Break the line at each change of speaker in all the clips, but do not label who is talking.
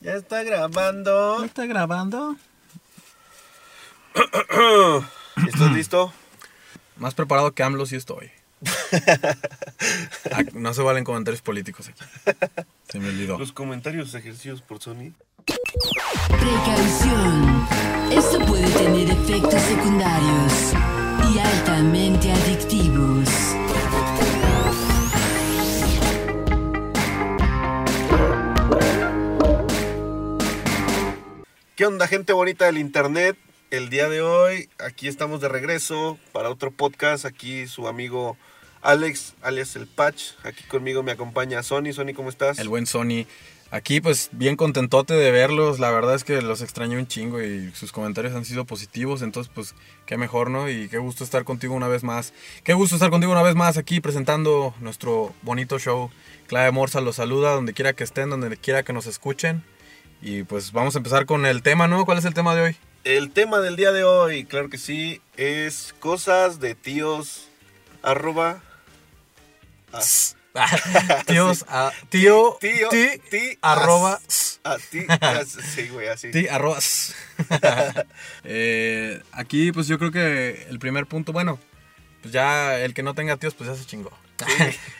Ya está grabando.
¿No está grabando?
¿Estás listo?
Más preparado que AMLO sí estoy. Ah, no se valen comentarios políticos aquí. Se me olvidó.
Los comentarios ejercidos por Sony.
Precaución. Esto puede tener efectos secundarios y altamente adictivos.
¿Qué onda, gente bonita del internet? El día de hoy, aquí estamos de regreso para otro podcast. Aquí su amigo Alex, alias el Patch. Aquí conmigo me acompaña Sony. Sony, ¿cómo estás?
El buen Sony. Aquí, pues, bien contentote de verlos. La verdad es que los extrañé un chingo y sus comentarios han sido positivos. Entonces, pues, qué mejor, ¿no? Y qué gusto estar contigo una vez más. Qué gusto estar contigo una vez más aquí presentando nuestro bonito show. Clave Morsa los saluda donde quiera que estén, donde quiera que nos escuchen. Y pues vamos a empezar con el tema, ¿no? ¿Cuál es el tema de hoy?
El tema del día de hoy, claro que sí, es cosas de tíos. Arroba. ah,
Tíos, a- tío,
Tío,
ti,
ti,
arroba,
as- a ti, as- sí, güey, así.
ti, arroba. Eh, aquí, pues yo creo que el primer punto, bueno, pues ya el que no tenga tíos, pues ya se chingó.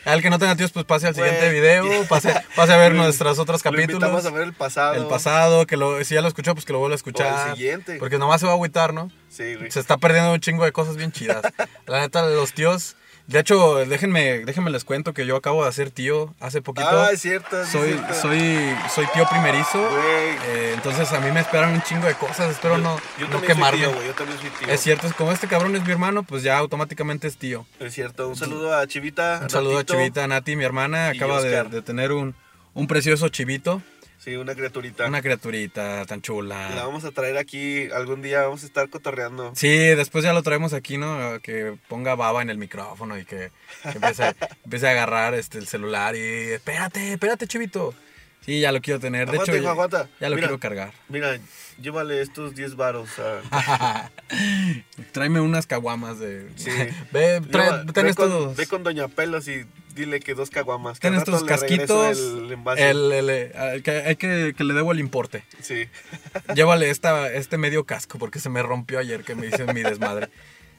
Al que no tenga tíos, pues pase al siguiente
Güey.
video, pase, pase a ver
Lo-
nuestros otros
Lo invitamos
capítulos.
a ver el pasado.
El pasado, que lo, si ya lo escuchó, pues que lo vuelva a escuchar.
siguiente.
Porque nomás se va a agüitar, ¿no?
Sí, güey.
Se está perdiendo un chingo de cosas bien chidas. La neta, los tíos. De hecho, déjenme, déjenme les cuento que yo acabo de hacer tío hace poquito.
Ah, es cierto. sí,
soy,
es cierto.
soy, soy tío primerizo.
Güey.
Eh, entonces a mí me esperan un chingo de cosas. Espero
Yo-
no,
yo
no
también soy
quemarme.
tío, güey, yo también soy tío.
es cierto, es como este cabrón es mi hermano, pues ya automáticamente es tío.
Es cierto. Un saludo a Chivita.
Un saludo a
Natito.
Chivita, Nati, mi hermana.
Y
Acaba de,
Oscar.
de tener un, un precioso chivito.
Sí, una criaturita.
Una criaturita tan chula.
La vamos a traer aquí algún día. Vamos a estar cotorreando.
Sí, después ya lo traemos aquí, ¿no? Que ponga baba en el micrófono y que, que empiece, empiece a agarrar este, el celular y espérate, espérate, chivito. Sí, ya lo quiero tener. De
Aguanta,
hecho,
hijo,
ya-
aguanta.
ya lo
Mira.
quiero cargar.
Mira, llévale estos 10 varos. a-
Tráeme unas caguamas de...
Sí.
Ve,
Lleva-
trae, ten
ve
estos...
Con, ve con Doña Pelos y dile que dos caguamas. que
ten
al rato
estos
le regreso
casquitos,
El
el,
envase.
el- el- que, hay que, que le debo el importe.
Sí.
Llévale esta, este medio casco porque se me rompió ayer que me hice mi desmadre.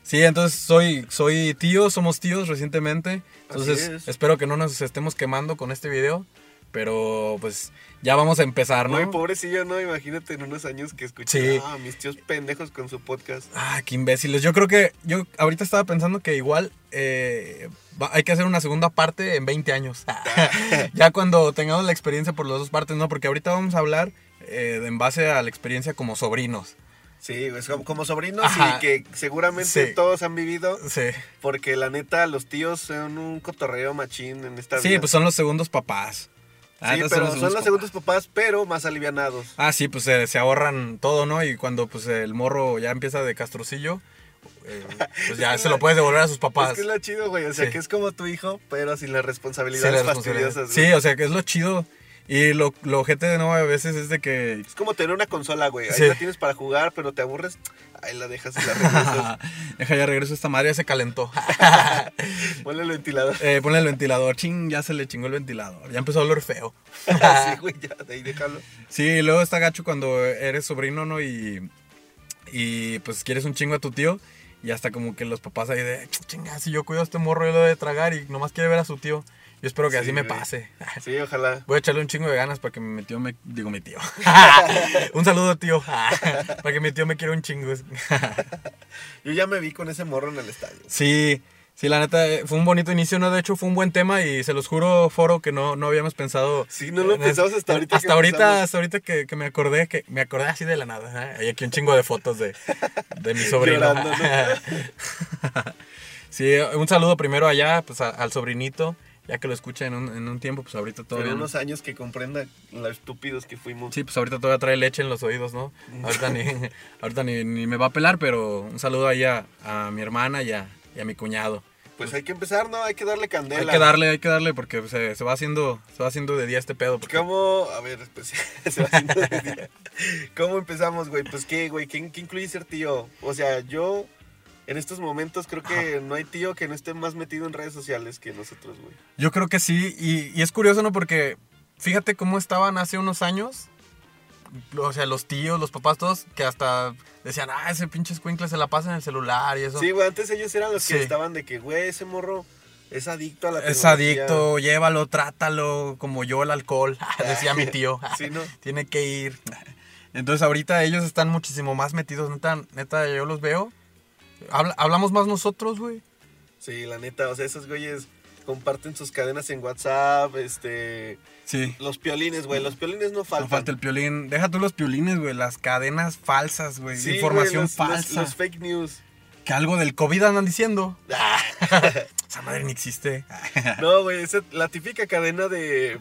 Sí, entonces soy, soy tío, somos tíos recientemente. Entonces
Así es.
espero que no nos estemos quemando con este video. Pero pues ya vamos a empezar,
Muy
¿no?
pobrecillo, ¿no? Imagínate en unos años que escuché
Sí.
a mis tíos pendejos con su podcast.
Ah, qué imbéciles. Yo creo que yo ahorita estaba pensando que igual eh, va- hay que hacer una segunda parte en 20 años. ya cuando tengamos la experiencia por las dos partes, ¿no? Porque ahorita vamos a hablar eh, en base a la experiencia como sobrinos.
Sí, güey, es como, como sobrinos
Ajá.
y que seguramente
Sí.
todos han vivido.
Sí.
Porque la neta, los tíos son un cotorreo machín en esta
Sí,
vida.
pues son los segundos papás. Ah, La
sí,
neta,
pero son los
papás.
segundos papás, pero más alivianados.
Ah, sí, pues eh, se ahorran todo, ¿no? Y cuando pues el morro ya empieza de castrocillo, eh, pues ya
que
se
la-
lo puedes devolver a sus papás.
Es que es lo chido, güey. O sea,
Sí.
que es como tu hijo, pero sin las
Sí,
responsabilidades
la responsabilidad.
fastidiosas. güey.
Sí, o sea, que es lo chido. Y lo, lo ojete de nuevo a veces es de que...
Es como tener una consola, güey. Ahí
Sí.
la tienes para jugar, pero te aburres. Ahí la dejas y la regresas.
Deja ya regreso esta madre, ya se calentó.
Ponle el ventilador.
Eh, ponle el ventilador, ching, ya se le chingó el ventilador. Ya empezó a olor feo.
Así, güey, ya, de ahí déjalo.
Sí, y luego está gacho cuando eres sobrino, ¿no? Y, y pues quieres un chingo a tu tío. Y hasta como que los papás ahí de, chinga, si yo cuido a este morro, yo lo he de tragar y nomás quiere ver a su tío. Yo espero que
Sí,
así me
güey.
pase.
Sí, ojalá.
Voy a echarle un chingo de ganas para que mi tío me... Digo, mi tío. un saludo, tío. para que mi tío me quiera un chingo.
Yo ya me vi con ese morro en el estadio.
sí, sí, la neta, eh, fue un bonito inicio, ¿no? De hecho, fue un buen tema y se los juro, Foro, que no, no habíamos pensado.
Sí, no lo
en-
pensamos hasta ahorita que
Hasta ahorita,
empezamos.
hasta ahorita que, que me acordé, que me acordé así de la nada. ¿eh? Hay aquí un chingo de fotos de, de mi sobrino.
Llorando,
sí, un saludo primero allá, pues a- al sobrinito. Ya que lo escucha en un, en un tiempo, pues ahorita todavía.
Pero
no-
unos años que comprenda lo estúpidos que fuimos.
Sí, pues ahorita todavía trae leche en los oídos, ¿no? Ahorita ni, ahorita ni, ni me va a pelar, pero un saludo ahí a, a mi hermana y a, y a mi cuñado.
Pues hay que empezar, ¿no? Hay que darle candela.
Hay que darle, hay que darle, porque se, se va haciendo, se va haciendo de día este pedo. porque-
¿Cómo? A ver, pues se va haciendo de día. ¿Cómo empezamos, güey? Pues qué, güey, ¿qué, qué incluye ser tío? O sea, yo en estos momentos creo que no hay tío que no esté más metido en redes sociales que nosotros, güey.
Yo creo que sí, y, y es curioso, ¿no? Porque fíjate cómo estaban hace unos años o sea, los tíos, los papás, todos, que hasta decían, ah, ese pinche escuincle se la pasa en el celular y eso.
Sí, güey, antes ellos eran los que
Sí.
estaban de que, güey, ese morro es adicto a la
es
tecnología.
adicto, llévalo, trátalo, como yo el alcohol, decía mi tío.
Sí, ¿no?
Tiene que ir. Entonces ahorita ellos están muchísimo más metidos, neta, neta yo los veo. Habla- hablamos más nosotros, güey.
Sí, la neta, o sea, esos güeyes comparten sus cadenas en WhatsApp, este...
Sí.
Los piolines, güey, los piolines no faltan.
No falta el piolín. Deja tú los piolines, güey. Las cadenas falsas, güey.
Sí, güey,
Información
los- los-
falsa.
Los, fake news. Ah,
Que algo del COVID andan diciendo. Esa madre ni existe.
No, güey, esa- la típica cadena de...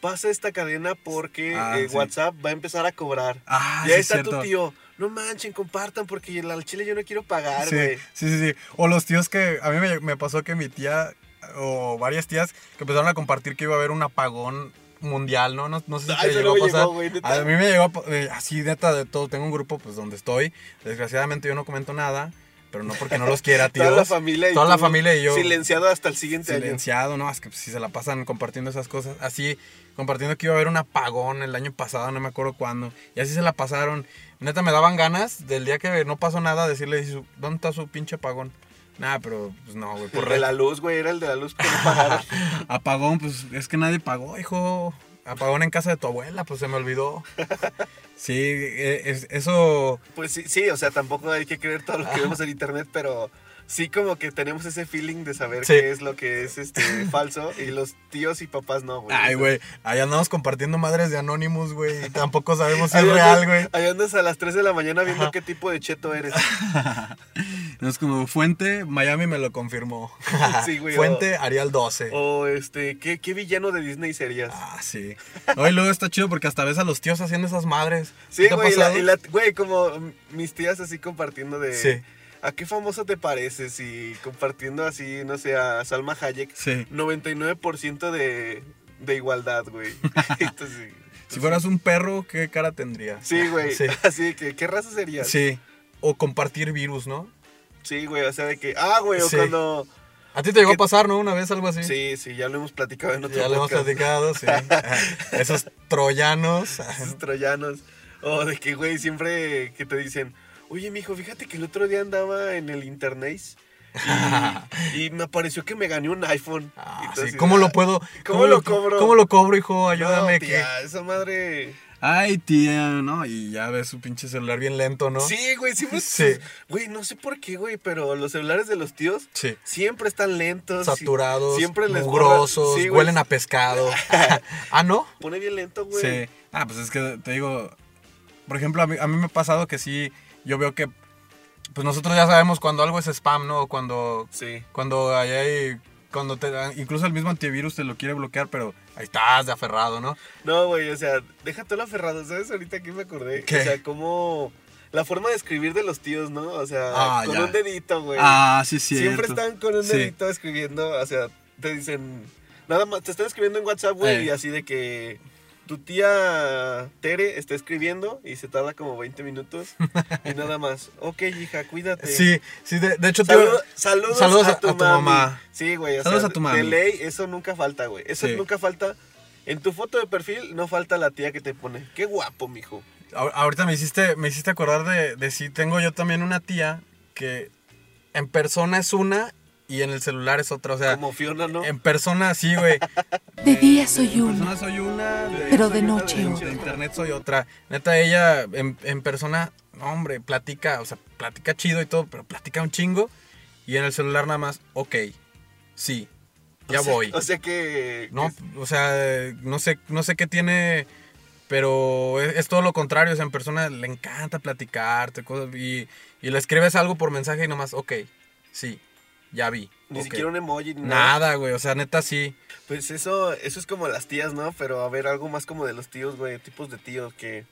Pasa esta cadena porque
Ah,
eh,
sí.
WhatsApp va a empezar a cobrar.
Ah,
y ahí
sí,
está tu
cierto.
tío. No manchen, compartan porque el- al chile yo no quiero pagar,
Sí,
güey.
sí, sí, sí. O los tíos que. A mí me, me pasó que mi tía o varias tías que empezaron a compartir que iba a haber un apagón mundial, ¿no? No, no sé si
Ay,
te
eso no
llegó a
me
pasar.
llegó, güey, neta.
a mí me llegó a pa- eh, así, neta, de todo. Tengo un grupo, pues, donde estoy. Desgraciadamente yo no comento nada, pero no porque no los quiera, tíos.
Toda la familia y
Toda la
tú
familia y yo.
Silenciado hasta el siguiente
silenciado, ¿no? Es que pues, si se la pasan compartiendo esas cosas. Así, compartiendo que iba a haber un apagón el año pasado, no me acuerdo cuándo. Y así se la pasaron. Neta, me daban ganas del día que no pasó nada decirle, "Su- ¿dónde está su pinche apagón? Nada, pero pues no, güey.
año.
Por
El de la luz, güey, era el de la luz que no pagara.
apagón, pues es que nadie pagó, hijo. Apagón en casa de tu abuela, pues se me olvidó. Sí, eh, es- eso
Pues sí, sí, o sea, tampoco hay que creer todo lo que vemos en internet, pero sí como que tenemos ese feeling de saber
Sí.
qué es lo que es este falso y los tíos y papás no, güey.
Ay, güey, ahí andamos compartiendo madres de Anonymous, güey. y Tampoco sabemos si es
Ahí andas-
real, güey.
Ahí andas a las 3 de la mañana viendo qué tipo de cheto eres.
No es como fuente, Miami me lo confirmó.
Sí, güey,
fuente, Arial 12.
O este, ¿qué, qué villano de Disney serías.
Ah, sí. Hoy luego está chido porque hasta ves a los tíos haciendo esas madres.
Sí,
¿Te ha
güey, y la-
pasado?
y la- güey, como mm, mis tías así compartiendo de...
Sí.
¿A qué famoso te pareces? Y compartiendo así, no sé, a Salma Hayek.
Sí.
99% de, de igualdad, güey. Entonces,
Si fueras un perro, ¿qué cara tendría?
Sí, güey.
Sí.
Así que, ¿qué raza serías?
Sí. O compartir virus, ¿no?
Sí, güey, o sea, de que, ah, güey, o
Sí.
cuando...
A ti te llegó
¿Qué-
a pasar, ¿no? Una vez algo así.
Sí, sí, ya lo hemos platicado en otro
Ya lo hemos
podcast.
platicado, sí. Esos troyanos.
Esos troyanos. O de que, güey, siempre que te dicen, oye, mijo, fíjate que el otro día andaba en el internet y, y me apareció que me gané un iPhone.
Ah,
Y tú
sí,
así,
¿Cómo
ah,
lo puedo?
lo cobro?
¿Cómo lo cobro, hijo?
no,
Ayúdame. que-
tía, esa madre...
Ay, tía, no. Y ya ves su pinche celular bien lento, ¿no?
Sí, güey, siempre...
Sí.
Güey, no sé por qué, güey, pero los celulares de los tíos...
Sí.
Siempre están lentos. si-
saturados,
Siempre les
mugrosos,
borra- sí, güey,
huelen a pescado. ah, ¿no?
Pone bien lento, güey.
Sí. Ah, pues es que te digo, por ejemplo, a mí, a mí me ha pasado que sí, yo veo que, pues nosotros ya sabemos cuando algo es spam, ¿no? Cuando,
Sí.
cuando ahí hay, cuando te, incluso el mismo antivirus te lo quiere bloquear, pero ahí estás de aferrado, ¿no?
No, güey, o sea, deja todo lo aferrado, ¿sabes? Ahorita aquí me acordé.
¿Qué?
O sea, como la forma de escribir de los tíos, ¿no? O sea,
Ah,
con
ya.
un dedito, güey.
Ah, sí, sí.
Siempre están con un
Sí.
dedito escribiendo, o sea, te dicen, nada más, te están escribiendo en WhatsApp, güey,
Eh.
y así de que tu tía Tere está escribiendo y se tarda como 20 minutos y nada más. Ok, hija, cuídate.
Sí, sí, de, de hecho, te
Saludo- saludos,
saludos
a tu, mami.
mamá.
Sí, güey. o
Saludos
sea,
a tu mami.
De ley, eso nunca falta, güey. Eso
Sí.
nunca falta. En tu foto de perfil no falta la tía que te pone. Qué guapo, mijo.
Ahor- Ahorita me hiciste, me hiciste acordar de, de si tengo yo también una tía que en persona es una y en el celular es otra. O sea,
Como Fiona, ¿no?
en persona sí, güey.
De día soy
En
uno,
persona soy una, de,
pero de
soy una
noche
de
en-
otra.
de internet soy otra. Neta, ella en, en persona, no, hombre, platica, o sea, platica chido y todo, pero platica un chingo. Y en el celular nada más, ok, sí, ya
O sea-
voy.
O sea que...
No,
que-
o sea, no sé, no sé qué tiene, pero es, es todo lo contrario. O sea, en persona le encanta platicarte cosas y, y le escribes algo por mensaje y nomás, ok, sí, ya vi.
Ni
ok".
siquiera un emoji, ni nada.
Nada, güey, o sea, neta sí.
Pues eso, eso es como las tías, ¿no? Pero a ver, algo más como de los tíos, güey. Tipos de tíos que...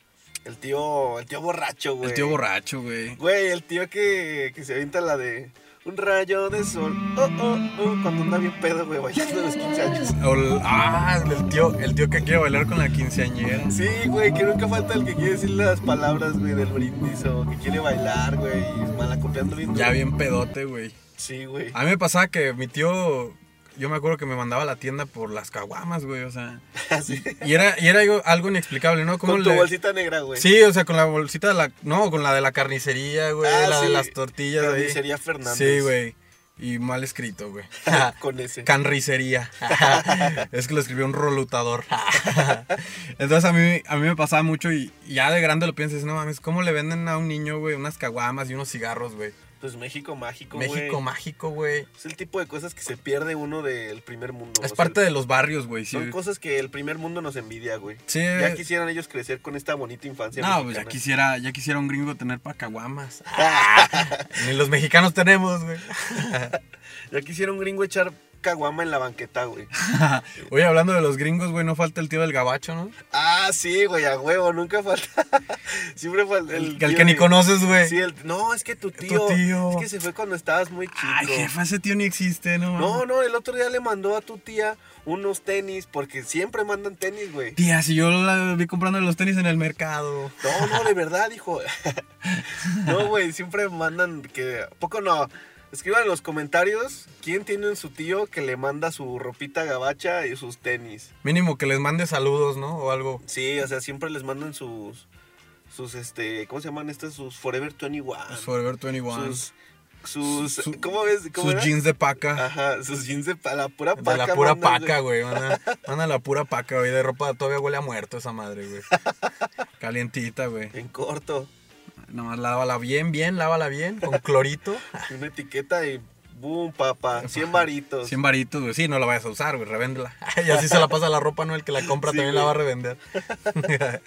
El tío, el tío borracho, güey.
borracho, güey.
Güey, el tío que, que se avienta la de... Un rayo de sol. Oh, oh, oh. Cuando anda bien pedo, güey, bailando a los 15 años.
O el- ah, el tío, el tío que quiere bailar con la quinceañera.
Sí, güey, que nunca falta el que quiere decir las palabras, güey, del brindis o que quiere bailar, güey, y malacopeando bien. duro.
Ya bien pedote, güey.
Sí, güey.
A mí me pasaba que mi tío, yo me acuerdo que me mandaba a la tienda por las caguamas, güey, o sea. Y era, y era algo, algo inexplicable, ¿no? Como
Con tu bolsita negra, güey.
Sí, o sea, con la bolsita de la. No, con la de la carnicería, güey.
Ah,
la de
sí.
las tortillas. ahí.
Carnicería Fernández.
Sí, güey. Y mal escrito, güey.
Con ese.
Canricería. es que lo escribió un rolutador. Entonces a mí, a mí me pasaba mucho y y ya de grande lo piensas, no mames, ¿cómo le venden a un niño, güey, unas caguamas y unos cigarros, güey?
Pues México mágico, güey.
México mágico, güey.
Es el tipo de cosas que se pierde uno del primer mundo.
Es
o sea,
parte de los barrios, güey. Sí.
Son cosas que el primer mundo nos envidia, güey.
Sí. eh,
Ya quisieran ellos crecer con esta bonita infancia.
No, pues ya
mexicana.
quisiera, ya quisiera un gringo tener pa' caguamas. Ni los mexicanos tenemos, güey.
Ya quisiera un gringo echar caguama en la banqueta, güey.
Oye, hablando de los gringos, güey, no falta el tío del gabacho, ¿no?
Ah, sí, güey, a huevo, nunca falta. Siempre falta
El,
tío
que ni
de-
conoces, güey.
Sí, el- no, es que tu tío,
tío.
Es que se fue cuando estabas muy chico.
Ay, jefa, ese tío ni existe, ¿no?
No, no, el otro día le mandó a tu tía unos tenis, porque siempre mandan tenis, güey.
Tía, si yo la vi comprando los tenis en el mercado.
No, no, de verdad, hijo. No, güey, siempre mandan que... ¿a poco no? Escriban en los comentarios quién tiene en su tío que le manda su ropita gabacha y sus tenis.
Mínimo que les mande saludos, ¿no? O algo.
Sí, o sea, siempre les mandan sus... Sus, este... ¿Cómo se llaman estas? Sus Forever 21.
Pues Forever 21.
Ah, Sus... Sus...
Su-
¿Cómo ves? ¿Cómo
sus
era?
jeans de paca.
Ajá, sus jeans de pa- la pura
de
paca.
la pura
mandan, güey.
paca, güey. Manda, manda la pura paca, güey. De ropa todavía huele a muerto esa madre, güey. Calientita, güey.
En corto.
Nomás lávala bien, bien, lávala bien. Con clorito.
Una etiqueta y boom, papá. 100 varitos.
100 varitos, güey. Sí, no la vayas a usar, güey. Revéndela. Y así se la pasa la ropa, ¿no? El que la compra
Sí,
también la
güey.
va a revender.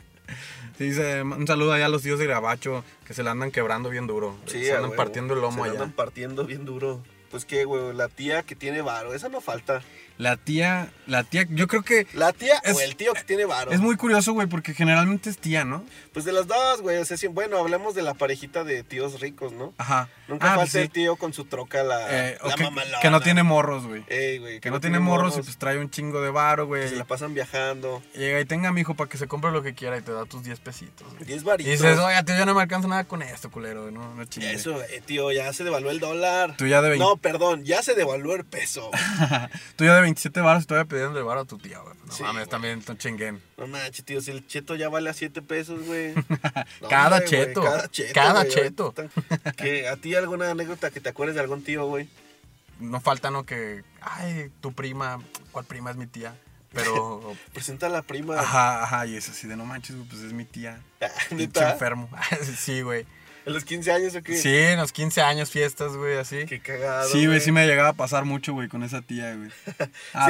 Sí, dice, un saludo allá a los tíos de Grabacho que se la andan quebrando bien duro. güey.
Sí,
se
a
andan
huevo.
partiendo el
Se
lomo
la
allá.
andan partiendo bien duro. Pues qué, güey, la tía que tiene varo, esa no falta.
La tía, la tía, yo creo que
La tía
Es-
o el tío que tiene varo.
es muy curioso, güey, porque generalmente es tía, ¿no?
Pues de las dos, güey, o sea, sí, bueno, hablamos de la parejita de tíos ricos, ¿no?
Ajá.
Nunca falta
pues sí.
el tío con su troca, la,
Eh, o
la
que,
mamalona. Eh,
que no tiene morros, güey.
Ey, güey,
que, no, tiene morros, pues, y pues trae un chingo de varo,
que
güey.
se la pasan viajando.
Llega y tenga mi hijo para que se compre lo que quiera y te da tus 10 pesitos, güey.
10
Y
varitos.
dices, oye, tío, yo no me alcanza nada con esto, culero, güey, no, no
Ya
chingues.
Eso, eh, tío, ya se devaluó el dólar.
Tú ya de 20.
No, perdón, ya se devaluó el peso.
Tú ya de 27 baros todavía pidiendo el bar a tu tía, güey. No
Sí,
mames,
güey.
también no chinguen.
No manches, tío, si el cheto ya vale a 7 pesos, güey. No, hombre,
Cada
güey,
cheto,
Cada cheto.
cada
güey,
cheto.
ahorita. ¿Qué? ¿A ti alguna anécdota que te acuerdes de algún tío, güey?
No falta, ¿no? Que, ay, tu prima, ¿cuál prima es mi tía? Pero,
Presenta a la prima.
ajá, ajá, y es así de, no manches, güey, pues es mi tía. Pinche
Ah. ¿Neta?
enfermo. sí, güey.
¿A los 15 años o qué?
Sí, en los 15 años, fiestas, güey, así.
Qué cagado.
Sí, güey, sí me llegaba a pasar mucho, güey, con esa tía, güey. Ah,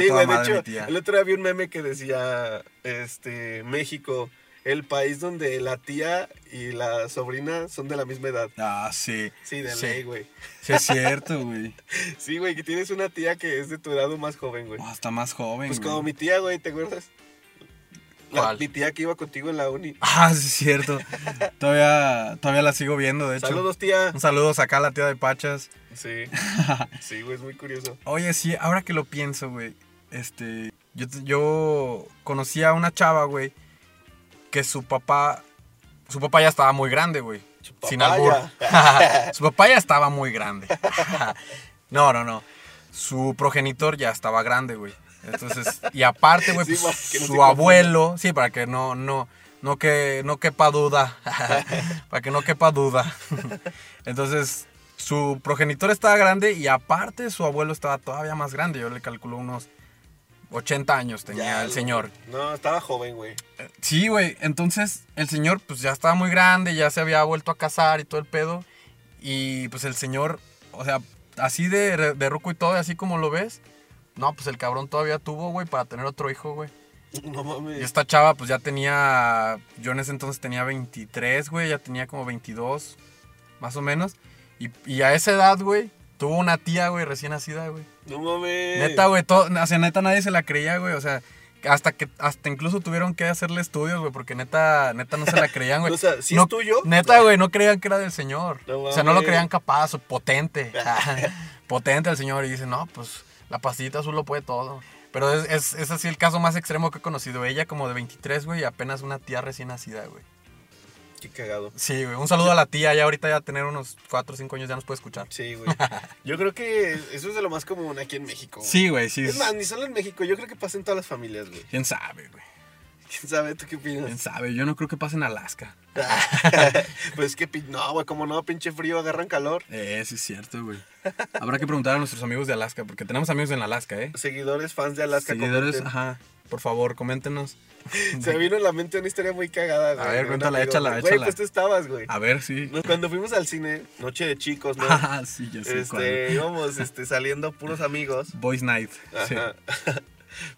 sí,
toda
güey, de
madre,
hecho,
mi tía.
el otro día vi un meme que decía, este, México, el país donde la tía y la sobrina son de la misma edad.
Ah, sí.
Sí, de
sí.
ley, güey.
Sí, es cierto, güey.
Sí, güey, que tienes una tía que es de tu edad o más joven, güey.
Oh, hasta más joven,
Pues
güey.
como mi tía, güey, ¿te acuerdas? La-
¿Cuál?
mi tía que iba contigo en la uni.
Ah, sí, es cierto. todavía, todavía la sigo viendo, de hecho.
Saludos, tía.
Un saludo acá a la tía de Pachas.
Sí, sí, güey, es muy curioso.
Oye, sí, ahora que lo pienso, güey. Este, yo, te- yo conocí a una chava, güey, que su papá, su papá ya estaba muy grande, güey.
papá
Sin albur. su papá ya estaba muy grande. no, no, no. Su progenitor ya estaba grande, güey. Entonces, y aparte, güey,
Sí,
pues,
para que no se
su
confunda.
abuelo, sí, para que no, no, no que, no quepa duda, para que no quepa duda. Entonces, su progenitor estaba grande y aparte su abuelo estaba todavía más grande. Yo le calculo unos 80 años tenía
Ya,
el
lo-
señor.
No, estaba joven, güey.
Sí, güey. Entonces el señor pues ya estaba muy grande, ya se había vuelto a casar y todo el pedo. Y pues el señor, o sea, así de, re- de ruco y todo, así como lo ves. No, pues el cabrón todavía tuvo, güey, para tener otro hijo, güey.
No
Y
mames.
esta chava pues ya tenía, yo en ese entonces tenía 23, güey, ya tenía como 22, más o menos. Y, y a esa edad, güey, tuvo una tía, güey, recién nacida, güey.
No mames.
Neta, güey, todo, o sea, neta nadie se la creía, güey, o sea, hasta que hasta incluso tuvieron que hacerle estudios, güey, porque neta neta no se la creían, güey.
O sea, ¿sí es
No-
tuyo?
Neta, güey, no creían que era del señor.
No
o sea, no lo
mames.
creían capaz o potente. potente el señor y dice, "No, pues la pastillita azul lo puede todo." Pero es, es, es así el caso más extremo que he conocido. Ella como de 23, güey, y apenas una tía recién nacida, güey.
Qué cagado.
Sí, güey. Un saludo a la tía. Ya ahorita ya tener unos 4 o 5 años ya nos puede escuchar.
Sí, güey. Yo creo que eso es de lo más común aquí en México. güey.
Sí, güey, sí.
Es más, ni solo en México, yo creo que pasa en todas las familias, güey.
¿Quién sabe, güey?
¿Quién sabe? ¿Tú qué
¿Quién
opinas?
sabe? Yo no creo que pase en Alaska.
pues que, pin- no, güey, como no, pinche frío, agarran calor.
Eh, sí es cierto, güey. Habrá que preguntar a nuestros amigos de Alaska, porque tenemos amigos en Alaska, ¿eh?
Seguidores, fans de Alaska,
Seguidores, ah,
comenten.
ajá. Por favor, coméntenos.
Se me vino a la mente una historia muy cagada, güey.
ver,
de un
cuéntala,
amigo,
échala,
güey.
échala.
Güey, pues tú estabas, güey.
A ver, sí.
Nos- Cuando fuimos al cine, noche de chicos, ¿no?
Ah, sí, ya sé cuál.
este, íbamos este, saliendo puros amigos.
Boys Night. Sí.
Ajá.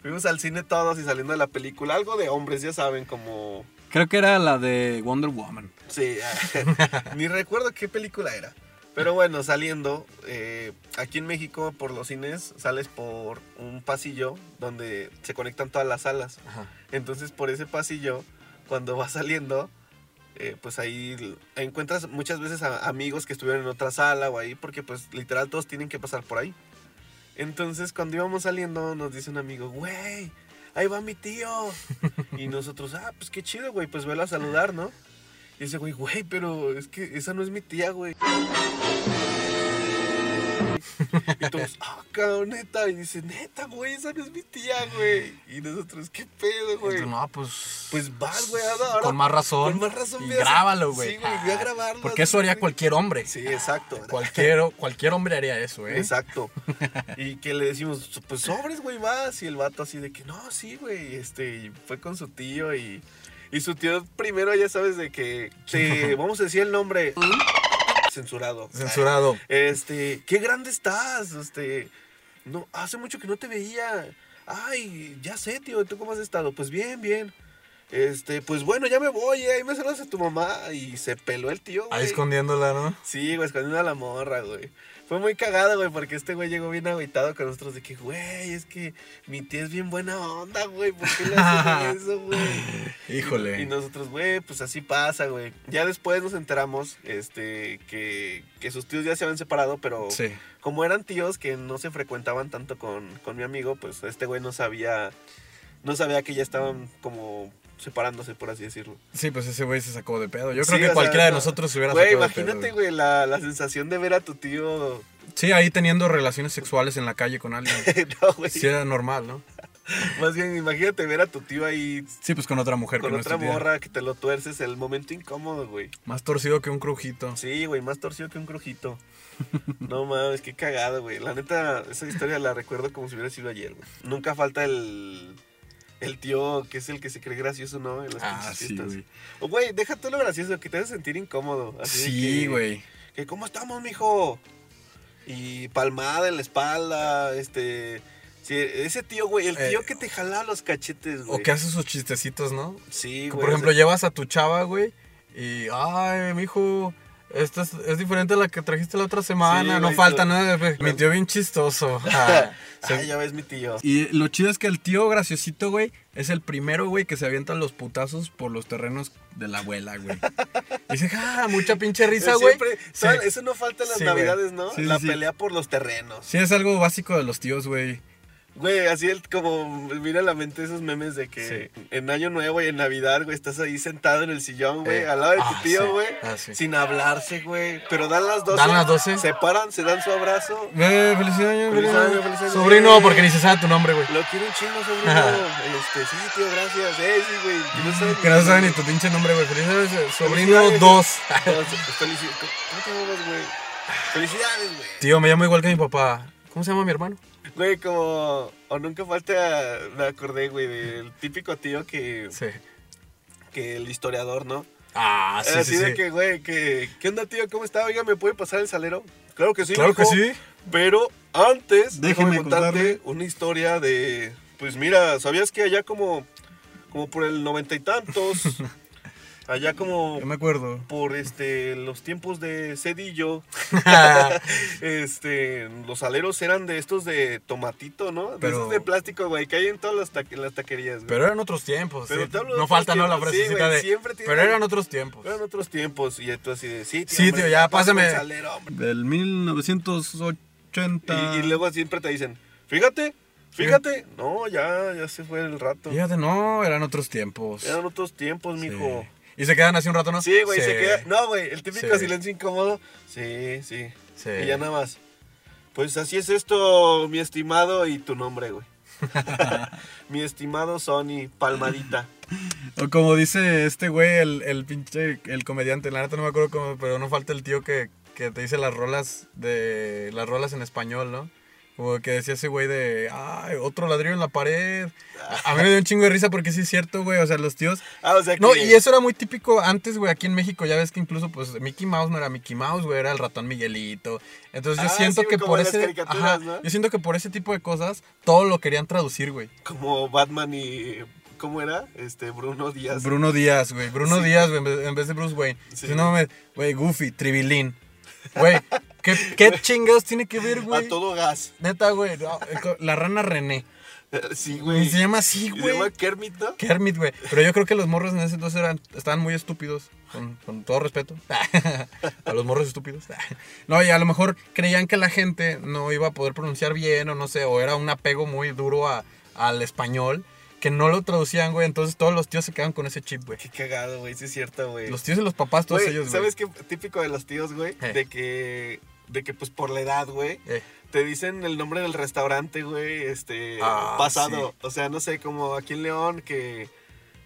Fuimos al cine todos y saliendo de la película, algo de hombres, ya saben, como...
Creo que era la de Wonder Woman.
Sí, ah, ni recuerdo qué película era. Pero bueno, saliendo, eh, aquí en México por los cines sales por un pasillo donde se conectan todas las salas.
Ajá.
Entonces por ese pasillo, cuando vas saliendo, eh, pues ahí l- encuentras muchas veces a amigos que estuvieron en otra sala o ahí, porque pues literal todos tienen que pasar por ahí. Entonces cuando íbamos saliendo nos dice un amigo, güey, ahí va mi tío. Y nosotros, ah, pues qué chido, güey, pues velo a saludar, ¿no? Y ese güey, güey, pero es que esa no es mi tía, güey. Y todos, ah, cabrón, neta. Y dice, neta, güey, esa no es mi tía, güey. Y nosotros, qué pedo, güey.
Entonces, no, pues.
Pues vas, güey, ahora- ahora-
Con más razón.
con más razón,
Y
ve a-
grábalo, güey.
sí, güey, ve a
Ah,
grabarlo,
Porque eso haría
güey.
cualquier hombre.
Sí, exacto.
Cualquier, cualquier hombre haría eso, ¿eh?
Exacto. Y que le decimos, pues sobres, güey, vas. Y el vato así de que, no, sí, güey. Este, y fue con su tío y, y su tío primero, ya sabes, de que, te, vamos a decir el nombre. Censurado.
Censurado.
Este, qué grande estás. Este, no, hace mucho que no te veía. Ay, ya sé, tío, ¿tú cómo has estado? Pues bien, bien. Este, pues bueno, ya me voy, eh, ahí me saludas a tu mamá. Y se peló el tío,
Ahí
güey.
escondiéndola, ¿no?
Sí, güey, escondiendo a la morra, güey. Fue muy cagado, güey, porque este güey llegó bien agüitado con nosotros de que, güey, es que mi tía es bien buena onda, güey, ¿por qué le hacen eso, güey?
Híjole.
Y nosotros, güey, pues así pasa, güey. Ya después nos enteramos, este, que, que sus tíos ya se habían separado, pero
Sí.
como eran tíos que no se frecuentaban tanto con, con mi amigo, pues este güey no sabía, no sabía que ya estaban como separándose, por así decirlo.
Sí, pues ese güey se sacó de pedo. Yo creo
Sí,
que
o sea,
cualquiera de
no.
nosotros se hubiera
Güey,
sacado de
imagínate,
pedo.
güey, la, la sensación de ver a tu tío.
Sí, ahí teniendo relaciones sexuales en la calle con alguien.
no, güey.
Sí, era normal, ¿no?
Más bien, imagínate ver a tu tío ahí
Sí, pues con otra mujer.
con
que no es
otra
tu tía.
morra que te lo tuerces. El momento incómodo, güey.
Más torcido que un crujito.
Sí, güey, más torcido que un crujito. No mames, qué cagado, güey. La neta, esa historia la recuerdo como si hubiera sido ayer, güey. Nunca falta el. El tío que es el que se cree gracioso, ¿no? En las
Ah,
pues, pinches
sí,
fiestas.
güey.
O, Güey, deja todo lo gracioso, que te hace sentir incómodo. así de
Sí,
que-
güey.
que cómo estamos, mijo. Y palmada en la espalda, este, sí, ese tío, güey, el
Eh,
tío que te jalaba los cachetes, güey.
O que hace sus chistecitos, ¿no?
Sí,
Que,
güey.
por ejemplo,
o sea,
llevas a tu chava, güey, y, ay, mijo, esta es, es diferente a la que trajiste la otra semana,
Sí,
no
güey,
falta
lo-
nada, güey. mi
lo-
tío bien chistoso. Ah, se-
ah, ya ves mi tío.
Y lo chido es que el tío graciosito, güey, es el primero, güey, que se avienta los putazos por los terrenos de la abuela, güey. Y dice, ah, mucha pinche risa,
Pero
güey.
siempre-
Sí.
¿sabes? Eso no falta en las
Sí, güey.
navidades, ¿no?
Sí, sí,
la
sí.
pelea por los terrenos.
Sí, es algo básico de los tíos, güey.
Güey, así el, como mira a la mente esos memes de que en Año Nuevo y en Navidad, güey, estás ahí sentado en el sillón, güey,
Eh,
al lado de
ah,
tu tío,
sí,
güey,
ah, sí.
sin hablarse, güey. Pero dan las 12.
Dan las 12.
Se paran, se dan su abrazo.
Eh, feliz año,
Feliz
feliz
año,
año.
feliz año.
Sobrino, porque ni se sabe tu nombre, güey.
Lo quiero un chingo, sobrino. este, sí, tío, gracias. Eh, sí, güey. que no saben
Que no sabe ni tu pinche nombre, güey. Feliz año, sobrino
Felicidades.
2.
Entonces, felici- ¿Cómo te llamas, güey? Felicidades, güey.
Tío, me llamo igual que mi papá. ¿Cómo se llama mi hermano?
Güey, como. O nunca falta. Me acordé, güey, del típico tío que.
Sí.
que el historiador, ¿no?
Ah, sí,
Así
sí,
Eh, de
sí.
que, güey, que. ¿Qué onda, tío? ¿Cómo está? Oiga, ¿me puede pasar el salero? Claro que sí. oh.
Claro que
mijo.
sí.
Pero antes,
Déjeme
déjame contarte
contarle.
una historia de. Pues mira, ¿sabías que allá como. como por el noventa y tantos. allá como.
Yo me acuerdo.
por este los tiempos de Cedillo, este los aleros eran de estos de tomatito, ¿no? De
Pero-
esos de plástico, güey, que hay en todas las, ta- en las taquerías, güey.
Pero eran otros tiempos.
Pero
sí.
te hablo de
No
otros
falta, ¿no? La
tiempos, sí,
frasecita
güey,
de.
siempre tiene-
Pero eran otros tiempos.
Eran otros tiempos y tú así de, sí, tío,
Sí,
hombre,
tío, ya,
pásame el
pásame.
salero, hombre".
Del 1980.
Y, y luego siempre te dicen, fíjate, fíjate. No, ya, ya se fue el rato.
Fíjate, no, eran otros tiempos.
Eran otros tiempos,
Sí.
mijo.
Y se quedan así un rato, ¿no?
Sí, güey, se
Sí.
queda. No, güey, el típico
Sí.
silencio incómodo. Sí, sí,
Sí.
Y ya nada más. Pues así es esto, mi estimado, y tu nombre, güey. mi estimado Sony, palmadita.
O como dice este güey, el, el pinche, el comediante, la neta no me acuerdo cómo, pero no falta el tío que, que te dice las rolas de, las rolas en español, ¿no? Como que decía ese güey de, ay, otro ladrillo en la pared. A a mí me dio un chingo de risa porque sí es cierto, güey, o sea, los tíos...
Ah, o sea que.
No, y eso era muy típico antes, güey, aquí en México, ya ves que incluso, pues, Mickey Mouse no era Mickey Mouse, güey, era el ratón Miguelito. Entonces yo
Ah,
siento
sí,
que
como
por
en las
ese...
caricaturas,
ajá,
¿no?
Yo siento que por ese tipo de cosas, todo lo querían traducir, güey.
Como Batman y. ¿Cómo era? Este, Bruno Díaz.
Bruno Díaz, güey. Bruno
Sí.
Díaz, güey, en vez- en vez de Bruce Wayne.
Sí.
Si no mames, güey, Goofy, Tribilín. Güey, ¿qué, qué chingados tiene que ver,
a
güey?
todo gas.
Neta, güey. no, el co- la rana René.
Sí,
Y
güey.
se llama así,
Y se llama
güey.
Kermit, ¿no?
Kermit, güey. Pero yo creo que los morros en ese entonces eran, estaban muy estúpidos. Con, con todo respeto. a los morros estúpidos. no, y a lo mejor creían que la gente no iba a poder pronunciar bien o no sé, o era un apego muy duro a- al español. Que no lo traducían, güey. Entonces todos los tíos se quedan con ese chip, güey.
Qué cagado, güey. Sí, es cierto, güey.
Los tíos y los papás, todos
Güey,
ellos, güey.
¿Sabes qué típico de los tíos, güey?
Eh.
De que. De que, pues, por la edad, güey.
Eh,
Te dicen el nombre del restaurante, güey. Este.
Ah,
pasado.
sí.
O sea, no sé, como aquí en León, que.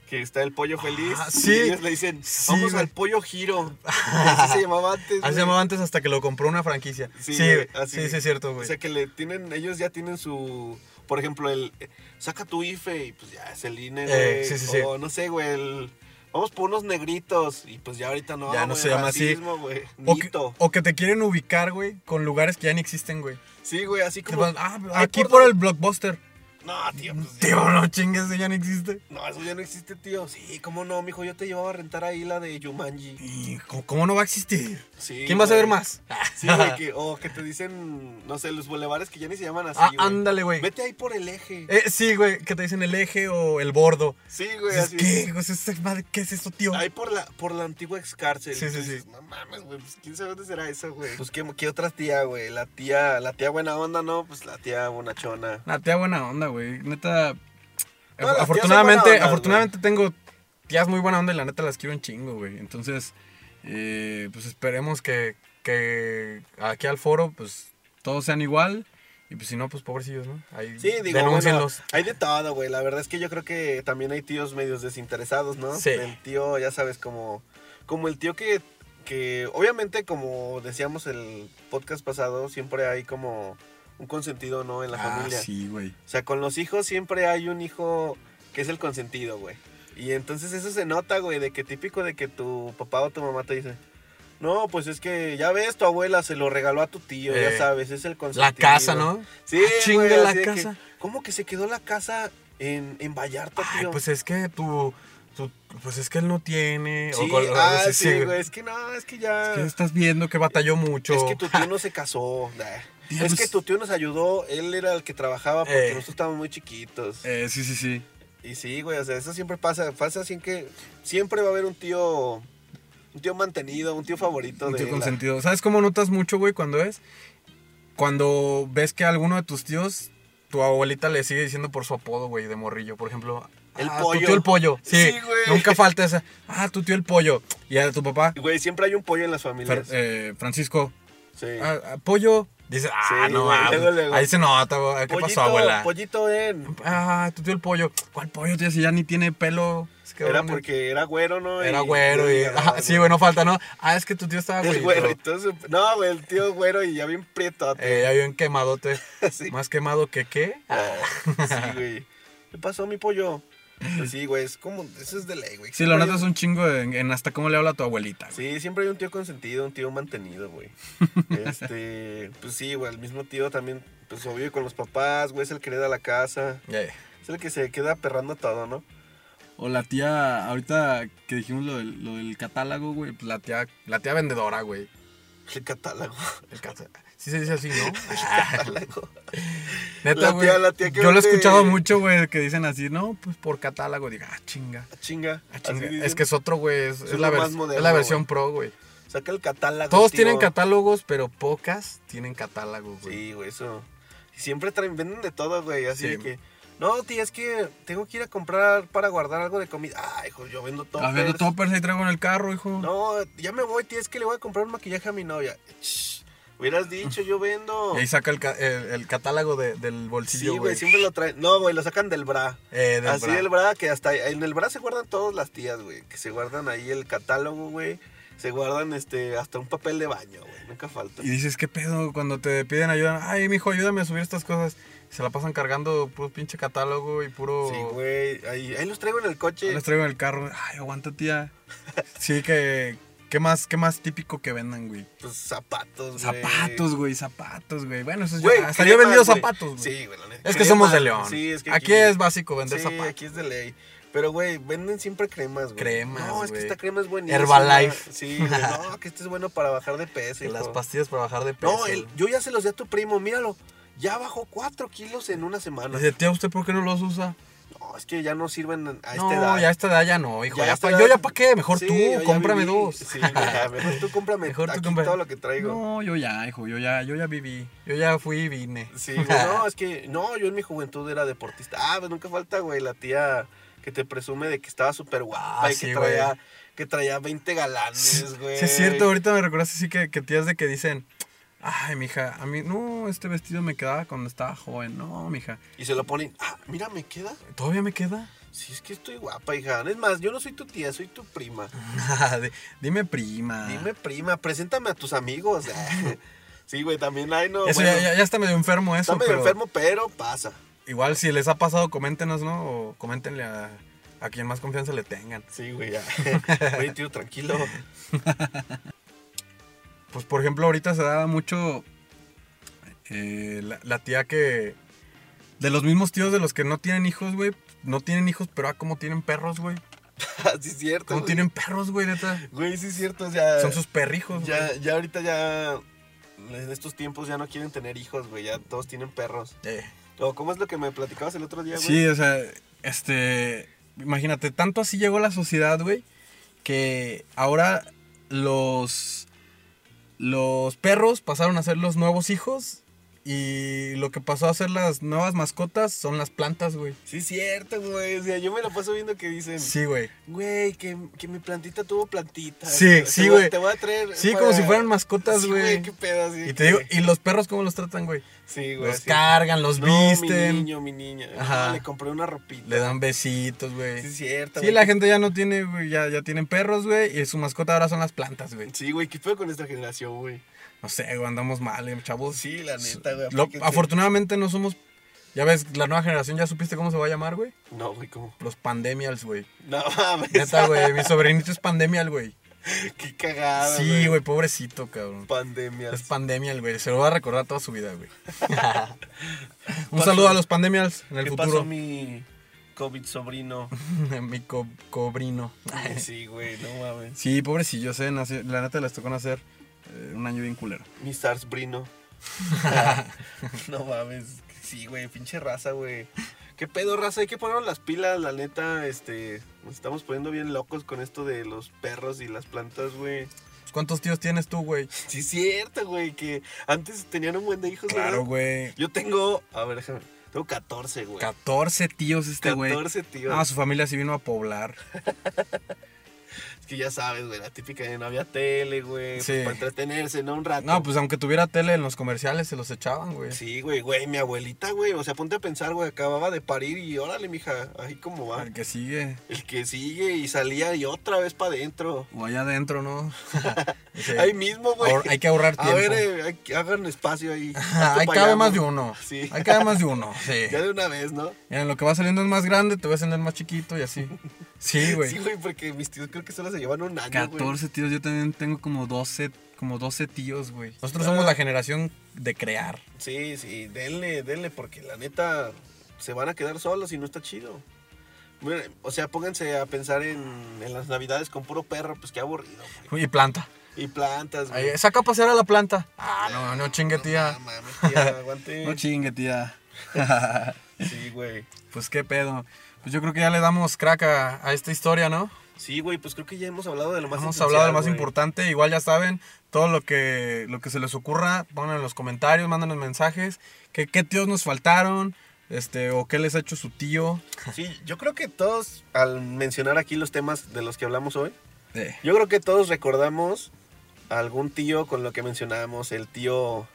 Que está el pollo feliz.
Ah, sí.
Y ellos le dicen,
Sí,
vamos
güey.
al pollo giro. Así se llamaba antes.
Así
güey.
se llamaba antes hasta que lo compró una franquicia.
Sí,
Sí,
güey,
sí,
así,
sí,
güey.
es cierto,
O
güey.
sea, que le tienen. Ellos ya tienen su. Por ejemplo, el. eh, Saca tu IFE y pues ya es el INE,
Eh,
güey.
sí, sí, sí.
O no sé, güey, el. Vamos por unos negritos y pues ya ahorita no.
Ya no
güey,
se llama así.
racismo, güey.
O que,
Nito.
o que te quieren ubicar, güey, con lugares que ya ni existen, güey.
Sí, güey, así
Te
como.
van, ah,
Ay,
aquí
por
por el blockbuster.
No, tío, pues,
Tío, no chingues, ya no existe.
No, eso ya no existe, tío. Sí, cómo no, mijo. Yo te llevaba a rentar ahí la de Yumanji.
Y, ¿cómo, cómo no va a existir?
Sí,
¿Quién va a saber
güey.
más?
Sí, güey, que, o que te dicen, no sé, los bulevares que ya ni se llaman así.
Ah,
güey.
ándale, güey.
Vete ahí por el eje.
Eh, sí, güey, que te dicen el eje o el bordo.
Sí, güey,
Dices,
así.
¿Qué? O sea, esta madre, ¿Qué es esto, tío?
Ahí por la, por la antigua excárcel.
Sí, sí,
Tú
sí.
dices, No mames, güey, pues quién sabe dónde será eso, güey. Pues qué, qué otra tía, güey. La tía, la tía buena onda, ¿no? Pues la tía bonachona.
Una tía buena onda, güey. Neta.
No,
af-
las tías son
afortunadamente,
buena onda,
afortunadamente tengo tías muy buena onda y la neta las quiero un chingo, güey. Entonces, eh, pues esperemos que, que aquí al foro, pues todos sean igual. Y pues si no, pues pobrecillos, ¿no? Ahí
Sí, digo, bueno,
denúncienlos.
hay de todo, güey. La verdad es que yo creo que también hay tíos medios desinteresados, ¿no?
Sí.
El tío, ya sabes, como, como el tío que, que, obviamente, como decíamos el podcast pasado, siempre hay como un consentido, ¿no? En la
ah,
familia.
sí, güey.
O sea, con los hijos siempre hay un hijo que es el consentido, güey. Y entonces eso se nota, güey, de que típico de que tu papá o tu mamá te dice, no, pues es que ya ves, tu abuela se lo regaló a tu tío, ya
Eh,
sabes, Pues, es el consentido.
La casa, ¿no?
Sí,
Ah, chinga
güey,
la
así de que,
casa.
¿Cómo que se quedó la casa en, en Vallarta,
Ay,
tío?
pues es que tú, tú- Pues es que él no tiene.
sí,
con-
ah,
sí,
sí,
sí,
güey, es que no, es que ya...
Es que estás viendo que batalló mucho.
Es que tu tío no se casó. nah.
Tío,
es
pues-
que tu tío nos ayudó, él era el que trabajaba porque
Eh.
nosotros estábamos muy chiquitos.
Eh, sí, sí, sí.
Y sí, güey, o sea, eso siempre pasa. Pasa sin que siempre va a haber un tío, un tío mantenido, un tío favorito.
Un tío
de la-
consentido. ¿Sabes cómo notas mucho, güey, cuando es? Cuando ves que alguno de tus tíos, tu abuelita le sigue diciendo por su apodo, güey, de morrillo. Por ejemplo,
El
"Ah,
pollo".
Tu tío el pollo. Sí,
Sí, güey.
Nunca falta esa. Ah, tu tío el pollo. Y a tu papá,
Güey, siempre hay un pollo en las
Fer-
familias.
eh, Francisco,
sí.
ah, ah, pollo. Dice, ah,
Sí,
no,
güey,
ah,
luego, luego.
ahí se nota, güey. ¿Qué pasó, abuela?
Pollito en.
Ah, tu tío el pollo. ¿Cuál pollo, tío? Si ya ni tiene pelo. Es que,
Era
bueno,
porque era güero, ¿no?
Era
Y-
güero y...
ah,
ah, sí, güey, no falta, ¿no? Ah, es que tu tío estaba
El
güerito.
güero, entonces, no, güey, el tío güero y ya bien prieto.
Eh, ya bien quemadote.
Sí.
Más quemado que qué.
sí, güey. ¿Qué pasó, mi pollo? Pues sí, güey, es como, eso es de ley, güey.
Sí, la
Siempre
neta
hay
es
un-
un chingo en, en hasta cómo le habla a tu abuelita. güey.
Sí, siempre hay un tío consentido, un tío mantenido, güey. Este, pues sí, güey, el mismo tío también, pues obvio con los papás, güey, es el que hereda la casa,
Eh,
es el que se queda perrando todo, ¿no?
O la tía, ahorita que dijimos lo del, lo del catálogo, güey, pues la tía, la tía vendedora, güey.
El catálogo.
El cata- Sí se dice así, ¿no?
catálogo. La
Neta,
tía-
güey.
la tía que
yo lo he
vende-
escuchado mucho, güey, que dicen así, no, pues por catálogo. Diga, ah, chinga.
Ah, Chinga.
ah,
así
chinga. Es
dicen.
que es otro, güey. Es,
Es
es la,
lo
vers-
más
es
moderno,
la versión pro, güey.
Saca el catálogo.
Todos
tío.
tienen catálogos, pero pocas tienen catálogo, güey.
Pues Sí, güey, eso. Y siempre traen, venden de todo, güey, así
Sí,
de
güey.
que. No, tía, es que tengo que ir a comprar para guardar algo de comida. Ah, hijo, yo vendo todo.
Ah, vendo toppers ahí traigo en el carro, hijo.
No, ya me voy, tía, es que le voy a comprar un maquillaje a mi novia. Shh, hubieras dicho, yo vendo.
Y ahí saca el, ca- el- el catálogo de- del
Sí,
bolsillo,
güey,
güey.
siempre lo traen. No, güey, lo sacan del bra.
Eh, del
Así
bra.
del bra, que hasta en el bra se guardan todas las tías, güey. Que se guardan ahí el catálogo, güey. Se guardan este, hasta un papel de baño, güey. Nunca falta.
Y dices, ¿qué pedo? Cuando te piden ayuda, ay, mijo, ayúdame a subir estas cosas. Se la pasan cargando puro pinche catálogo y puro...
Sí, güey. Ahí, ahí los traigo en el coche.
Ahí Las traigo en el carro. Ay, aguanta, tía. Sí, que... ¿Qué más, qué más típico que vendan, güey?
Pues zapatos, güey.
Zapatos, güey, zapatos, güey. Bueno, eso es...
Güey,
yo, hasta yo he
cremas,
vendido
güey.
zapatos, güey.
Sí, güey. la neta.
Es que somos de
Cremas,
León.
Sí, es que
aquí, es básico vender
sí,
zapatos.
aquí es de ley. Pero, güey, venden siempre cremas, güey.
Cremas,
No, es que
güey.
esta crema es buenísima.
Herbalife.
Sí, güey. No, que este es bueno para bajar de peso.
Que Las
hijo.
pastillas para bajar de peso.
No, el- yo ya se los di a tu primo, míralo. Ya bajó 4 kilos en una semana.
Dice, tía, ¿usted por qué no los usa?
No, es que ya no sirven a
no,
esta edad.
ya a esta edad ya no, hijo.
Ya a
ya
esta
pa-
edad-
yo ya pa' qué, mejor
Sí, yo
tú,
ya
cómprame
viví.
dos.
Sí, güey, ya, mejor tú cómprame
Mejor tú
aquí
compra-
todo lo que traigo.
No, yo ya, hijo, yo ya, yo ya viví. Yo ya fui y vine.
Sí, güey, no, es que, no, yo en mi juventud era deportista. Ah, pues nunca falta, güey, la tía que te presume de que estaba súper guapa
Ah,
y
sí,
que traía,
güey.
que traía 20
Sí,
galanes, güey.
sí es cierto, ahorita me recordaste así que, que tías de que dicen, ay, mija, a mí, no, este vestido me quedaba cuando estaba joven. No, mija,
Y se lo ponen, ah, mira, me queda.
¿todavía me queda?
Sí, es que estoy guapa, hija. Es más, yo no soy tu tía, soy tu prima.
De- Dime prima.
Dime, prima, preséntame a tus amigos. sí, güey, también hay, no.
Eso
bueno,
ya, ya- ya está medio enfermo eso,
está medio
pero
enfermo, pero pasa.
igual si les ha pasado, coméntenos, ¿no? O coméntenle a, a quien más confianza le tengan.
Sí, güey, ya. Oye, tío, tranquilo.
Pues por ejemplo, ahorita se da mucho eh, la, la tía que. De los mismos tíos de los que no tienen hijos, güey. No tienen hijos, pero ah, cómo tienen perros, güey.
sí, es cierto.
Cómo
güey.
tienen perros, güey, neta.
Güey, sí, es cierto, o sea.
Son sus perrijos, güey.
Ya, ya ahorita ya. En estos tiempos ya no quieren tener hijos, güey. Ya todos tienen perros.
Eh,
O, ¿Cómo es lo que me platicabas el otro día, güey?
Sí, o sea, este. Imagínate, tanto así llegó la sociedad, güey, que ahora los. Los perros pasaron a ser los nuevos hijos. Y lo que pasó a ser las nuevas mascotas son las plantas, güey.
Sí, es cierto, güey. O sea, yo me la paso viendo que dicen,
Sí, güey.
güey, que, que mi plantita tuvo plantita.
Sí,
Te
sí,
voy-
güey.
Te voy a traer.
Sí, como si fueran mascotas,
Sí,
güey.
qué pedo, sí.
y te digo, ¿y los perros cómo los tratan, güey?
Sí, güey.
Los
sí.
cargan, los
No,
visten,
Mi niño, mi niña.
Ajá.
No, le compré una ropita.
le dan besitos, güey.
Sí, es
Sí,
cierto, güey.
la gente ya no tiene, güey, ya, ya tienen perros, güey, y su mascota ahora son las plantas, güey.
Sí, güey, qué pedo con esta generación, güey.
No sé, güey, andamos mal, eh, chavos.
Sí, la neta, güey.
Lo-
aplíquense.
afortunadamente no somos, ya ves, la nueva generación, ¿ya supiste cómo se va a llamar, güey?
No, güey, ¿cómo?
Los pandemials, güey.
No mames.
Neta, güey, mi sobrinito es pandemial, güey.
Qué cagada.
Sí, güey, pobrecito, cabrón.
Pandemia.
Es pandemial, güey, se lo va a recordar toda su vida, güey. Un saludo a los pandemials en el
¿Qué
futuro.
pasó mi COVID sobrino?
Mi co- cobrino.
Sí, güey, no mames.
Sí, pobrecillos, eh. nace- la neta les tocó nacer eh, un año bien culero.
Mi Sarsbrino. no mames. Sí, güey, pinche raza, güey. ¿Qué pedo, raza? Hay que ponernos las pilas, la neta, este, nos estamos poniendo bien locos con esto de los perros y las plantas, güey.
Pues, ¿Cuántos tíos tienes tú, güey?
Sí, es cierto, güey, que antes tenían un buen de hijos,
Claro,
¿verdad?
güey.
Yo tengo, a ver, déjame, tengo 14, güey.
14 tíos este güey.
14, tío.
Ah, su familia sí vino a poblar.
Es que ya sabes, güey, la típica de no había tele, güey,
Sí.
pues, para entretenerse, ¿no? Un rato.
No, pues aunque tuviera tele en los comerciales se los echaban, güey.
Sí, güey, güey, mi abuelita, güey. O sea, ponte a pensar, güey, acababa de parir y órale, mija, ahí como va.
Al que sigue.
El que sigue y salía y otra vez para adentro.
O allá adentro, ¿no? Sí.
Ahí mismo, güey.
Ahor- hay que ahorrar
A
tiempo.
ver, eh, hay que- hagan espacio ahí.
Ajá,
Hazte
Ahí
pa'
cabe
allá,
más de
¿no?
uno.
Sí.
Ahí cabe más de uno, sí.
Ya de una vez, ¿no?
Mira, lo que va saliendo es más grande, te va saliendo el más chiquito y así. Sí, güey.
Sí, güey, porque mis tíos creo que solo se llevan un año, güey.
14 tíos, yo también tengo como 12, como 12 tíos, güey. Nosotros somos la generación de crear.
Sí, sí, denle, denle, porque la neta se van a quedar solos y no está chido. Mira, O sea, pónganse a pensar en, en las navidades con puro perro, pues qué aburrido, güey.
Y planta.
Y plantas, güey.
Ay, saca a pasear a la planta. Ah, no, no chingue, tía.
No mames, tía, aguante.
chingue, tía.
Sí, güey.
pues qué pedo. Pues yo creo que ya le damos crack a, a esta historia, ¿no?
Sí, güey, pues creo que ya hemos hablado de lo más
Hemos
esencial,
hablado de lo más
güey.
importante. Igual ya saben, todo lo que, lo que se les ocurra, pongan en los comentarios, mándanos mensajes. ¿Qué, qué tíos nos faltaron? Este, o qué les ha hecho su tío.
Sí, yo creo que todos, al mencionar aquí los temas de los que hablamos hoy,
Eh,
yo creo que todos recordamos a algún tío con lo que mencionábamos, el tío,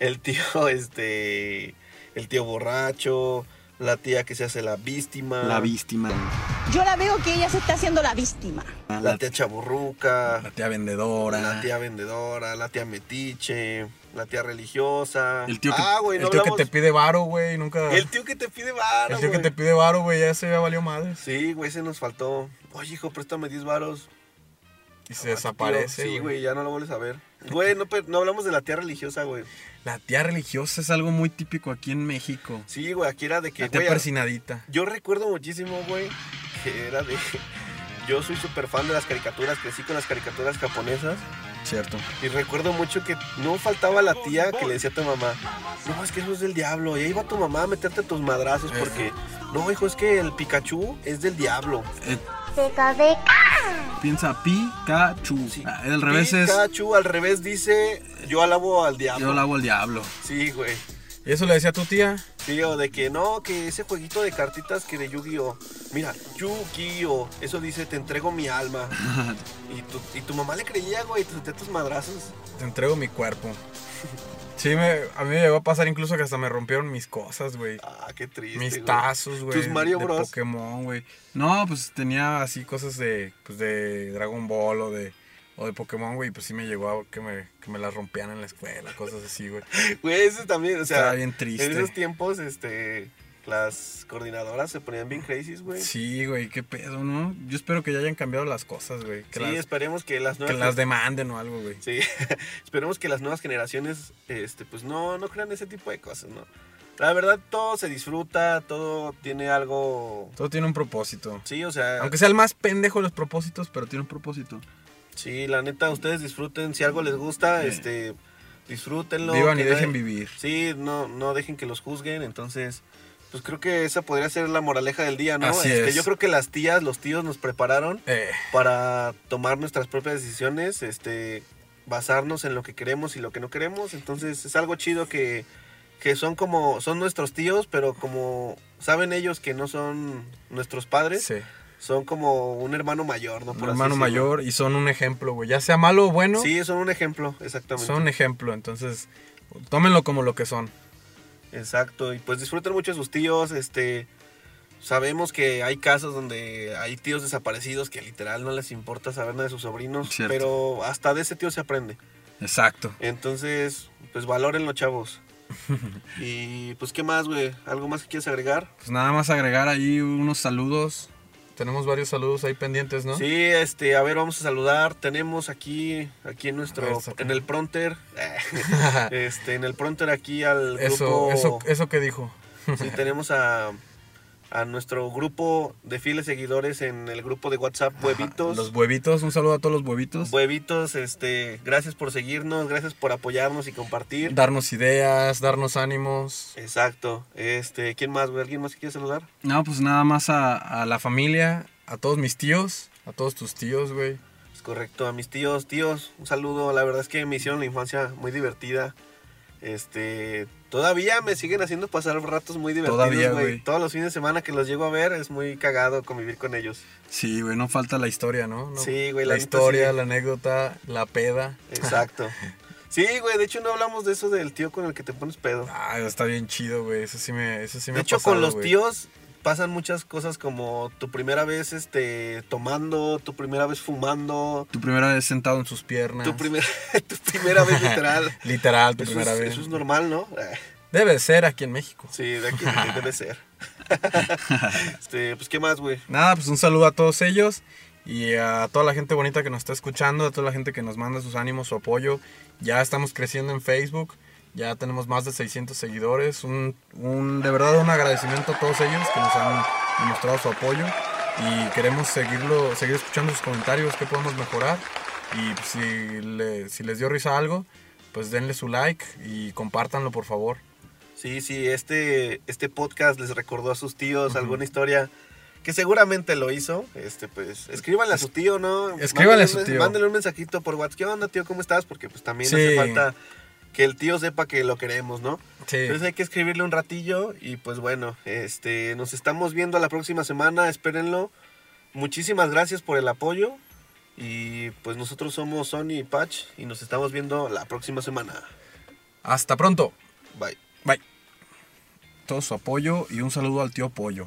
el tío, este, el tío borracho, la tía que se hace la víctima,
La víctima.
Yo la veo que ella se está haciendo la víctima.
la tía chaburruca,
la tía vendedora.
La tía vendedora, la tía metiche, la tía religiosa.
El tío que,
ah, güey, no
el tío que
hablamos-
te pide varo, güey, nunca.
El tío que te pide varo,
el tío que
güey.
te pide varo, güey, ya se ya valió madres.
Sí, güey, se nos faltó. Oye, hijo, préstame 10 varos.
Y se desaparece.
Sí, güey, ya no lo vuelves a ver. Güey, no, pe- no hablamos de la tía religiosa, güey.
La tía religiosa es algo muy típico aquí en México.
Sí, güey, aquí era de que,
la tía
güey,
persinadita.
yo recuerdo muchísimo, güey, que era de... Yo soy súper fan de las caricaturas, crecí con las caricaturas japonesas.
Cierto.
Y recuerdo mucho que no faltaba la tía que le decía a tu mamá, no, es que eso es del diablo. Y ahí va tu mamá a meterte tus madrazos porque, no, hijo, es que el Pikachu es del diablo.
Eh, Piensa Pikachu.
Sí.
Ah, Al revés es
Pikachu al revés dice, yo alabo al diablo.
yo lavo al diablo.
Sí, güey.
¿Y eso le decía a tu tía?
Sí, o de que no, que ese jueguito de cartitas que de Yu-Gi-Oh. Mira, Yu-Gi-Oh. Eso dice, te entrego mi alma. y, tu, y tu mamá le creía, güey, te metía tus madrazos.
Te entrego mi cuerpo. Sí, me, a mí me llegó a pasar incluso que hasta me rompieron mis cosas, güey.
Ah, qué triste.
Mis
güey.
tazos, güey.
Tus Mario
de
Bros.
Pokémon, güey. No, pues tenía así cosas de, pues, de Dragon Ball o de, o de Pokémon, güey. Pues sí me llegó a que me, que me las rompían en la escuela, cosas así, güey.
Güey, eso también, o sea,
Estaba bien triste.
en esos tiempos, este, las coordinadoras se ponían bien crazies, güey. Sí,
Sí, güey, qué pedo, ¿no? Yo espero que ya hayan cambiado las cosas, güey. Que, las,
esperemos que las
que
nuevas...
las demanden o algo, güey.
Sí, esperemos que las nuevas generaciones, este, pues no, no crean ese tipo de cosas, ¿no? La verdad, todo se disfruta, todo tiene algo...
Todo tiene un propósito.
Sí, o sea,
Aunque sea el más pendejo de los propósitos, pero tiene un propósito.
sí, la neta, ustedes disfruten, si algo les gusta, este, disfrútenlo.
Vivan
que
y dejen
nadie-
vivir.
Sí, no, no dejen que los juzguen, entonces, pues creo que esa podría ser la moraleja del día, ¿no?
Así
Este,
es.
Yo creo que las tías, los tíos nos prepararon
Eh,
para tomar nuestras propias decisiones, este, basarnos en lo que queremos y lo que no queremos, entonces es algo chido que, que son como, son nuestros tíos, pero como saben ellos que no son nuestros padres,
sí.
son como un hermano mayor, ¿no?
Un
Por así
hermano
decirlo.
mayor y son un ejemplo, güey. Ya sea malo o bueno,
Sí, son un ejemplo, exactamente.
son un ejemplo. Entonces, tómenlo como lo que son.
Exacto, y pues disfruten mucho de sus tíos, este sabemos que hay casos donde hay tíos desaparecidos que literal no les importa saber nada de sus sobrinos,
Cierto.
pero hasta de ese tío se aprende.
Exacto.
Entonces, pues valórenlo, chavos. y pues qué más, güey? ¿Algo más que quieras agregar?
Pues nada más agregar ahí unos saludos. Tenemos varios saludos ahí pendientes, ¿no?
Sí, este, a ver, vamos a saludar. Tenemos aquí aquí en nuestro
A ver, saca.
en el pronter, este, en el pronter aquí al grupo
eso, eso, eso que dijo.
Sí, tenemos a, a nuestro grupo de fieles seguidores en el grupo de WhatsApp Huevitos.
Los huevitos, un saludo a todos los huevitos.
Huevitos, este, gracias por seguirnos, gracias por apoyarnos y compartir.
Darnos ideas, darnos ánimos.
Exacto. Este, ¿quién más, güey? ¿Alguien más que quiere saludar?
No, pues nada más a, a la familia, a todos mis tíos, a todos tus tíos, güey.
Es correcto, a mis tíos, tíos, un saludo. La verdad es que me hicieron la infancia muy divertida. Este, todavía me siguen haciendo pasar ratos muy
Todavía,
divertidos, güey.
güey.
Todos los fines de semana que los llego a ver es muy cagado convivir con ellos.
Sí, güey, no falta la historia, ¿no? No-
Sí, güey, la
la,
neta,
historia,
sí.
la anécdota, la peda.
Exacto. Sí, güey, de hecho no hablamos de eso del tío con el que te pones pedo.
Ah, está bien chido, güey. Eso sí me, eso sí me
De
ha
hecho,
pasado,
con los
güey.
tíos pasan muchas cosas como tu primera vez este, tomando, tu primera vez fumando,
Tu primera vez sentado en sus piernas.
tu, primer, tu primera vez literal.
Literal, tu
Eso
primera
es,
vez.
eso es normal, ¿no? Eh,
Debe ser aquí en México.
Sí, de aquí de- debe ser. este, pues, ¿qué más, güey?
Nada, pues un saludo a todos ellos y a toda la gente bonita que nos está escuchando, a toda la gente que nos manda sus ánimos, su apoyo. Ya estamos creciendo en Facebook, ya tenemos más de 600 seguidores. Un, un- de verdad un agradecimiento a todos ellos que nos han demostrado su apoyo y queremos seguirlo, seguir escuchando sus comentarios, qué podemos mejorar y pues, si, le- si les dio risa algo, pues denle su like y compártanlo por favor.
Sí, sí, este, este podcast les recordó a sus tíos alguna historia que seguramente lo hizo. Este, pues, escríbanle a su tío, ¿no?
Escríbanle a su
Mándenle un-
tío.
Mándenle un mensajito por WhatsApp. ¿Qué onda, tío? ¿Cómo estás? Porque, pues, también
Sí.
hace falta que el tío sepa que lo queremos, ¿no?
Sí.
Entonces hay que escribirle un ratillo y pues bueno, este, nos estamos viendo la próxima semana, espérenlo. Muchísimas gracias por el apoyo y pues nosotros somos Sony y Patch y nos estamos viendo la próxima semana.
Hasta pronto.
Bye.
Bye. Todo su apoyo y un saludo al tío Pollo.